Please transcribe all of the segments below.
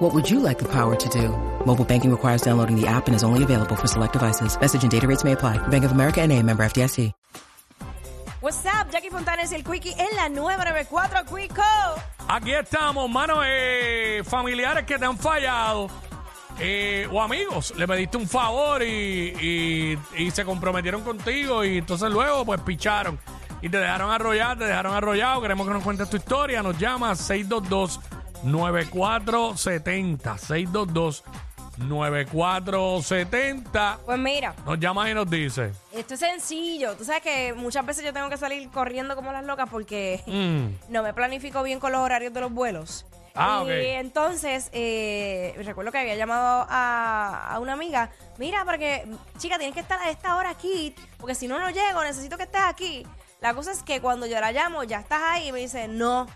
What would you like the power to do? Mobile banking requires downloading the app and is only available for select devices. Message and data rates may apply. Bank of America and a member FDIC. What's up, Jackie Fontanes y el Quickie en la 994 Quico. Aquí estamos, mano. eh, familiares que te han fallado eh, o amigos, le pediste un favor y, y- y se comprometieron contigo y entonces luego pues picharon y te dejaron arrollar, te dejaron arrollado. Queremos que nos cuentes tu historia. Nos llama 622-9470. 622-9470. Pues mira, Nos llama y nos dice. esto es sencillo. Tú sabes que muchas veces yo tengo que salir corriendo como las locas porque mm, no me planifico bien con los horarios de los vuelos. Ah, y ok. entonces, eh, recuerdo que había llamado a, a una amiga, mira, porque chica, tienes que estar a esta hora aquí, porque si no, no llego, necesito que estés aquí. La cosa es que cuando yo la llamo, ya estás ahí y me dice, no,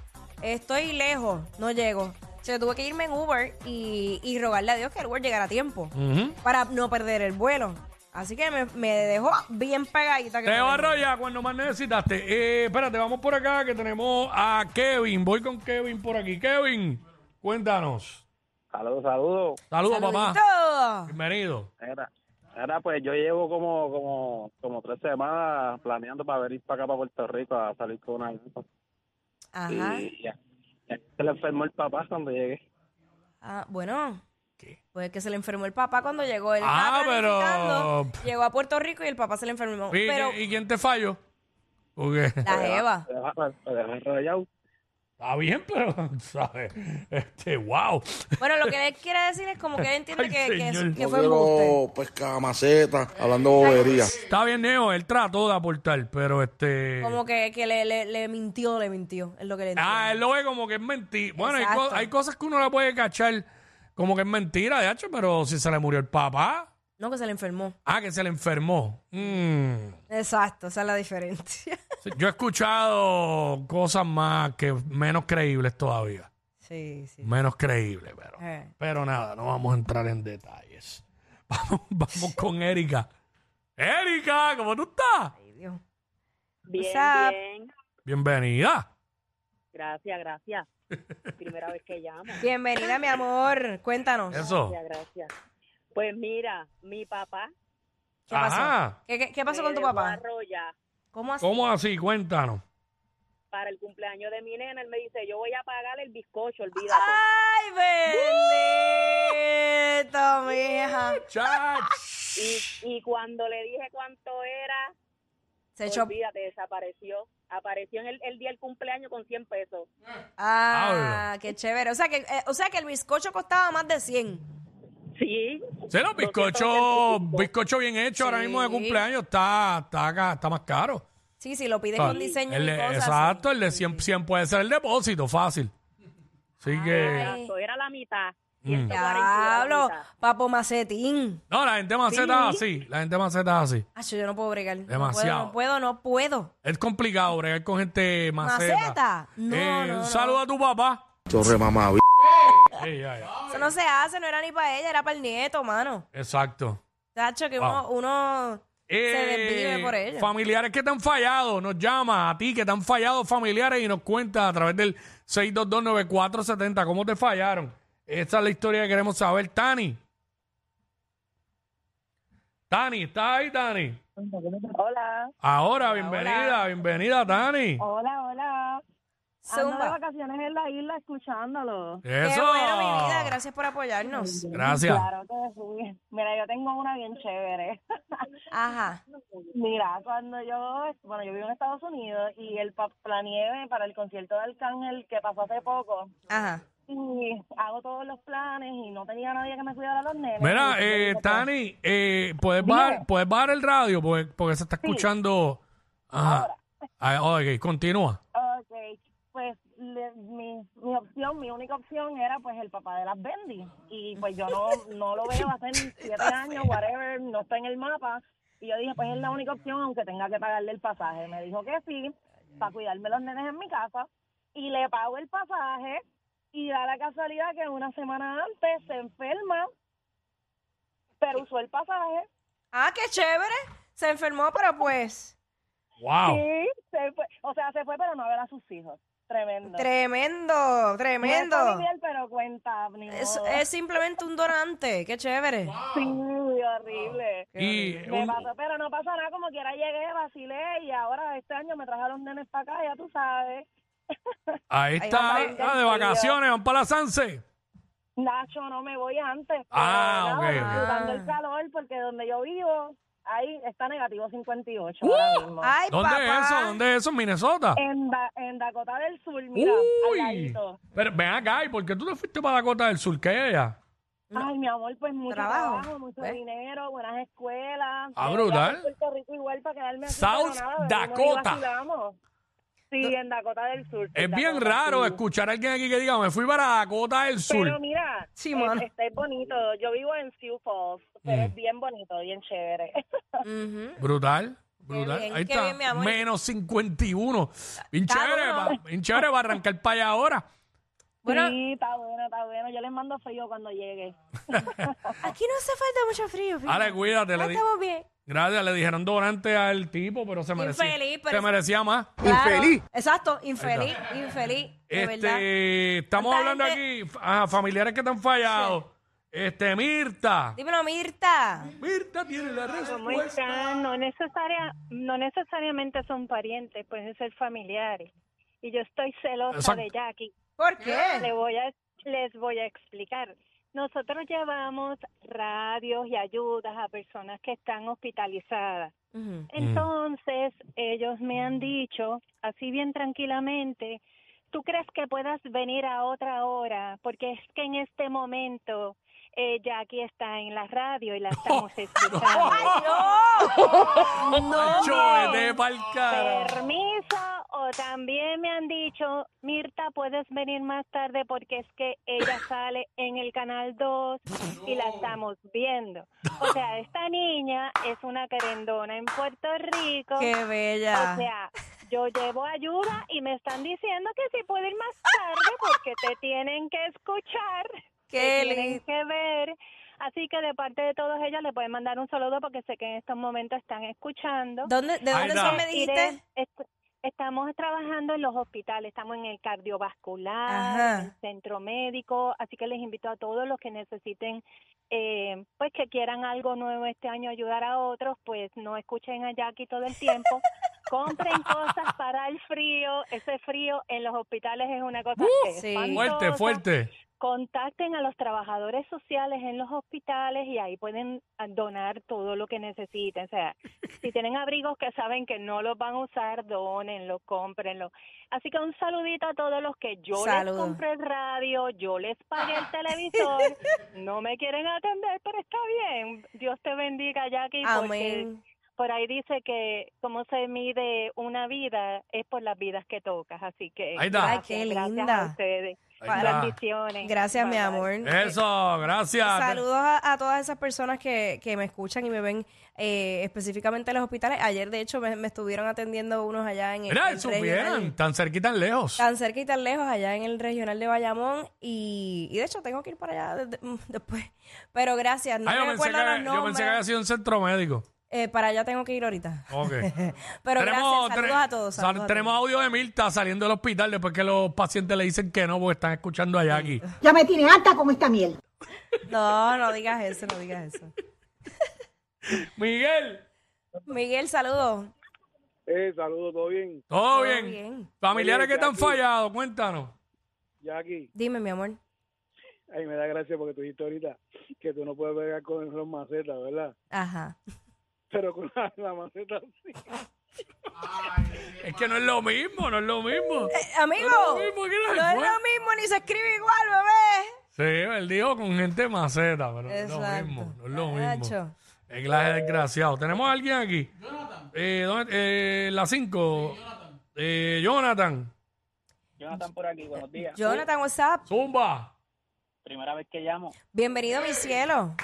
estoy lejos, no llego. O sea, tuve que irme en Uber y, y rogarle a Dios que el Uber llegara a tiempo ujú. para no perder el vuelo. Así que me, me dejó bien pegadita. que Te no va a vengo. arrollar cuando más necesitaste. Eh, espérate, vamos por acá que tenemos a Kevin. Voy con Kevin por aquí. Kevin, cuéntanos. Saludos, saludos. Saludos, papá. Saludito. Bienvenido. Era, era pues yo llevo como, como, como tres semanas planeando para venir para acá, para Puerto Rico, a salir con una gripa. Ajá. Y ya, ya se le enfermó el papá cuando llegué. Ah, bueno. ¿Qué? Pues que se le enfermó el papá cuando llegó. Él Ah, estaba planificando, pero- Llegó a Puerto Rico y el papá se le enfermó. ¿Y, Pero y quién te falló? Porque la jeva. Me dejó- me dejó enrollado. está bien, pero, ¿sabes? Este, wow. Bueno, lo que él quiere decir es como que él entiende Ay, que, que es- señor. que No fue embuste. quiero pescar pues, maceta hablando bobería. Está bien, Neo. Él trató de aportar, pero este. Como que, que le, le- le mintió, le mintió. Es lo que le entiende. Ah, él lo ve como que es mentira. Bueno, hay, Exacto. co- hay cosas que uno la puede cachar como que es mentira, de hecho, pero si se le murió el papá. No, que se le enfermó. Ah, que se le enfermó. Mm. Exacto, esa es la diferencia. Sí, Yo he escuchado cosas más que menos creíbles todavía. sí, sí. Menos creíbles, pero. Eh. Pero nada, no vamos a entrar en detalles. Vamos, vamos con Erika. Erika, ¿cómo tú estás? Ay, Dios. Bien, What's up? bien. Bienvenida. Gracias, gracias. Primera vez que llamo. Bienvenida, mi amor. Cuéntanos. Eso. Gracias, gracias. Pues mira, mi papá ¿Qué pasó? Ajá. ¿Qué, qué- qué pasó me con tu dejó papá? arrollar. ¿Cómo así? ¿Cómo así? Cuéntanos. para el cumpleaños de mi nena. Él me dice, yo voy a pagar el bizcocho, olvídate. Ah. ¡Ay, bendito, mija! Chach. Y, y cuando le dije cuánto era, Se echó... olvídate, desapareció. Apareció en el, el día del cumpleaños con 100 pesos. Ah, qué chévere. O sea, que, eh, o sea que el bizcocho costaba más de 100. Sí, Sí, los bizcochos, bizcocho bien hecho ahora mismo de Sí. cumpleaños está, está, acá- está más caro. Sí, sí, lo pide Ah, con diseño el y de- cosas. Exacto, sí. el de 100, 100 puede ser el depósito, fácil. Así que. exacto, era la mitad. mm. Diablo, 142 la mitad. papo macetín. No, la gente maceta es así. La gente maceta es así. Ay, yo no puedo bregar. No Demasiado. puedo, no puedo, no puedo. Es complicado bregar con gente maceta. ¿Maceta? No, Eh, no, no. un saludo a tu papá. Torre mamá. Ey, ay, ay. Eso no se hace, no era ni para ella, era para el nieto, mano. Exacto. Tacho, que Wow. uno, uno Ah, se Eh, desvive por ella. Familiares que te han fallado, nos llama a ti que te han fallado familiares y nos cuenta a través del 6229470 cómo te fallaron. Esta es la historia que queremos saber, Tani. Tani, ¿estás ahí, Tani? Hola, Ahora, bienvenida, bienvenida, Tani. hola, hola. Ando de Zumba. vacaciones en la isla escuchándolo. Qué Eso. bueno, mi vida. Gracias por apoyarnos. Gracias. Claro que sí. Mira, yo tengo una bien chévere. Ajá. Mira, cuando yo, bueno, yo vivo en Estados Unidos y el pa- planeé para el concierto de Arcángel que pasó hace poco Ajá. y hago todos los planes y no tenía nadie que me cuidara a los nenes. Mira, Y- eh, y- Tani, eh, ¿puedes, bajar, ¿puedes bajar el radio? Porque, porque se está escuchando. Ajá. Ah, ok, continúa. Ok, pues le- mi, mi opción, mi única opción era pues el papá de las Bendy. Y pues yo no, no lo veo hace siete años, whatever, no está en el mapa. Y yo dije, pues es la única opción, aunque tenga que pagarle el pasaje. Me dijo que sí, para cuidarme los nenes en mi casa. Y le pago el pasaje. Y da la casualidad que una semana antes se enferma, pero usó el pasaje. Ah, qué chévere. Se enfermó, pero pues. ¡Wow! Sí, se fue. O sea, se fue, pero no a ver a sus hijos. Tremendo. Tremendo, No es tremendo. familiar, pero cuenta, ni Es, Oh. eh, modo. es simplemente un donante. Qué chévere. Sí, horrible. Y Me un- pasó, pero no pasa nada, como quiera llegué, vacilé y ahora este año me trajeron nenes para acá, ya tú sabes. ahí está, Ahí va, ah, de vacaciones, van para la Sanse. Nacho, no me voy antes. Ah, pero nada, ok, ok. Disfrutando el calor porque donde yo vivo, ahí está negativo 58 Uh, ahora mismo. Ay, ¿Dónde papá. es eso? ¿Dónde es eso? ¿En Minnesota? En, Da- en Dakota del Sur, Eh, mira, al Uy. ladito. Pero ven acá, ¿y por qué tú te fuiste para Dakota del Sur? ¿Qué es ella? Pues Ay, mi amor, pues mucho Trabajo, trabajo, mucho ¿ves? dinero, buenas escuelas. Ah, Me brutal. voy a Puerto Rico igual para quedarme aquí, South pero nada, venimos y Dakota. vacilamos. Sí, en Dakota del Sur. Es en bien Dakota raro Sur. escuchar a alguien aquí que diga, me fui para Dakota del Pero Sur. mira, Sí, es- mano. está bonito. Yo vivo en Sioux Falls, pero Mm. es bien bonito, bien chévere. Ujú. Brutal. Brutal. bien, Ahí qué está. bien, mi amor. Menos 51. Bien Está chévere, duro. va- bien chévere, va a arrancar para allá ahora. Bueno, sí, está bueno, está bueno. Yo les mando frío cuando llegue. aquí no hace falta mucho frío. fíjate. Ale, cuídate. Ah, Le di- estamos bien. Gracias, le dijeron donante al tipo, pero se merecía. Infeliz, pero se es- merecía más. Claro. Exacto, infeliz, infeliz. De verdad. Este, estamos Tanta hablando aquí a familiares que te han fallado. Este, Mirta. Dímelo, Mirta. Mirta tiene la ¿Cómo respuesta. están? No, necesaria, no necesariamente son parientes, pueden ser familiares. Y yo estoy celosa Exacto. de Jackie. ¿Por Ah, Le qué? voy a, les voy a explicar. Nosotros llevamos radios y ayudas a personas que están hospitalizadas. Ujú. Entonces, ellos me han dicho, así bien tranquilamente, ¿tú crees que puedas venir a otra hora? Porque es que en este momento eh, Jackie está en la radio y la estamos escuchando. ¡No! Nacho, ¡No! vete pa'l cara. Permiso, o también me han dicho, Mirta, puedes venir más tarde porque es que ella sale en el canal 2 y la estamos viendo. O sea, esta niña es una querendona en Puerto Rico. ¡Qué bella! O sea, yo llevo ayuda y me están diciendo que si puedo ir más tarde porque te tienen que escuchar, Qué te tienen lindo. que ver. Así que de parte de todos ellos le pueden mandar un saludo porque sé que en estos momentos están escuchando. ¿Dónde, ¿De Ahí dónde está. son me dijiste? Iré- est- Estamos trabajando en los hospitales, estamos en el cardiovascular, Ajá. en el centro médico, así que les invito a todos los que necesiten, eh, pues que quieran algo nuevo este año, ayudar a otros, pues no escuchen a Jackie todo el tiempo. Compren cosas para el frío, ese frío en los hospitales es una cosa que es Uh, sí. Fuerte, espantosa. fuerte. Contacten a los trabajadores sociales en los hospitales y ahí pueden ah, donar todo lo que necesiten. O sea, si tienen abrigos que saben que no los van a usar, donenlo, cómprenlo. Así que un saludito a todos los que yo Saludos. Ah. les compré el radio, yo les pagué el televisor, no me quieren atender, pero está bien. Dios te bendiga, Jackie, porque Amén. por ahí dice que cómo se mide una vida es por las vidas que tocas. Así que Ahí está. Ay, qué gracias linda. a ustedes. Ahí está. Bendiciones. Gracias, mi Bye, bye. amor. Eso, gracias. Saludos a, a todas esas personas que, que me escuchan y me ven eh, específicamente en los hospitales. Ayer, de hecho, me, me estuvieron atendiendo unos allá en el, Mira, el supieran, tan cerca y tan lejos. Tan cerca y tan lejos, allá en el regional de Bayamón. Y, y de hecho, tengo que ir para allá desde- mm, después. Pero gracias, no Ah, yo, me pensé acuerdo los que, yo nombres. pensé que había sido un centro médico. Eh, para allá tengo que ir ahorita. Ok. Pero gracias, tre- saludos a todos. sal- saludos a tenemos todos. audio de Mirta saliendo del hospital después que los pacientes le dicen que no porque están escuchando allá aquí. Ya me tiene alta con esta miel. No, no digas eso, no digas eso. Miguel, Miguel, saludos. Eh, saludos, ¿todo bien? ¿todo, Todo bien? bien. Familiares Oye, que te han Jackie. fallado, cuéntanos. Jackie, Dime, mi amor. ay, me da gracia porque tú dijiste ahorita que tú no puedes pegar con los macetas, ¿verdad? Ajá. Pero con la, la maceta sí. Es que no es lo mismo, no es lo mismo. Amigo, No es lo mismo pues. que era el no es fuego. lo mismo, ni se escribe igual, bebé. Sí, él dijo con gente maceta, pero no es Exacto. lo mismo, no es lo mismo. Nacho. El clase desgraciado. ¿Tenemos a alguien aquí? Jonathan. Eh, ¿dónde- eh, la 5. Jonathan. Eh, Jonathan. Jonathan por aquí, buenos días. Jonathan, what's up? Zumba. Primera vez que llamo. Bienvenido, mi cielo.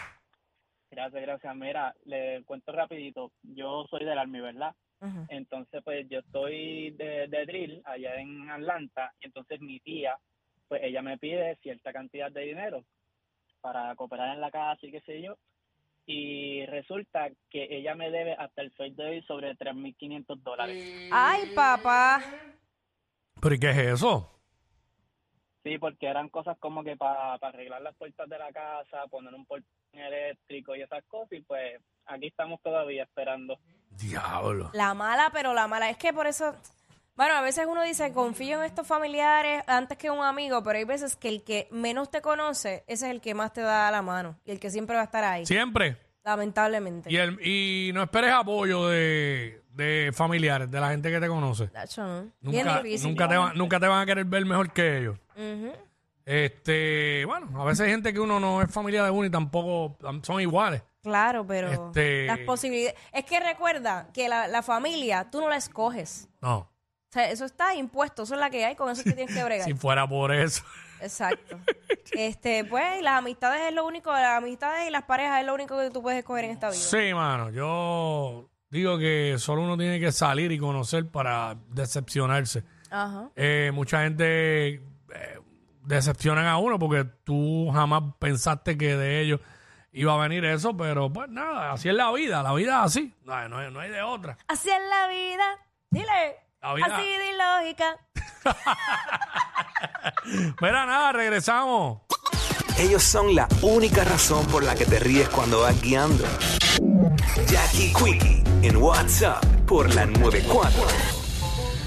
Gracias, gracias. Mira, le cuento rapidito. Yo soy del Army, ¿verdad? Ajá. Entonces, pues yo estoy de, de drill allá en Atlanta. Y entonces mi tía, pues ella me pide cierta cantidad de dinero para cooperar en la casa y qué sé yo. Y resulta que ella me debe hasta el sol de hoy sobre 3.500 dólares. Ay, papá. ¿Pero y qué es eso? Sí, porque eran cosas como que para arreglar las puertas de la casa, poner un portón eléctrico y esas cosas. Y pues aquí estamos todavía esperando. Diablo. La mala, pero la mala. Es que por eso. Bueno, a veces uno dice, confío en estos familiares antes que un amigo, pero hay veces que el que menos te conoce, ese es el que más te da la mano y el que siempre va a estar ahí, Siempre. lamentablemente. Y, el, y no esperes apoyo de, de familiares, de la gente que te conoce. Nacho, ¿no? Bien Nunca, difícil. nunca, te van, nunca te van a querer ver mejor que ellos. Ujú. Este, bueno, a veces hay gente que uno no es familia de uno y tampoco tam- son iguales. Claro, pero Este- las posibilidades. Es que recuerda que la, la familia tú no la escoges. No, O sea, eso está impuesto, eso es la que hay, con eso es que tienes que bregar. si fuera por eso. Exacto. Este, pues, y las amistades es lo único, las amistades y las parejas es lo único que tú puedes escoger en esta vida. Sí, mano, yo digo que solo uno tiene que salir y conocer para decepcionarse. Ajá. Eh, mucha gente eh, decepcionan a uno porque tú jamás pensaste que de ellos iba a venir eso, pero pues nada, así es la vida, la vida es así, no, hay- no hay- no hay de otra. Así es la vida. Dile. La vida. Así de ilógica. Mira, nada, regresamos. Ellos son la única razón por la que te ríes cuando vas guiando. Jackie Quickie en WhatsApp por la 94.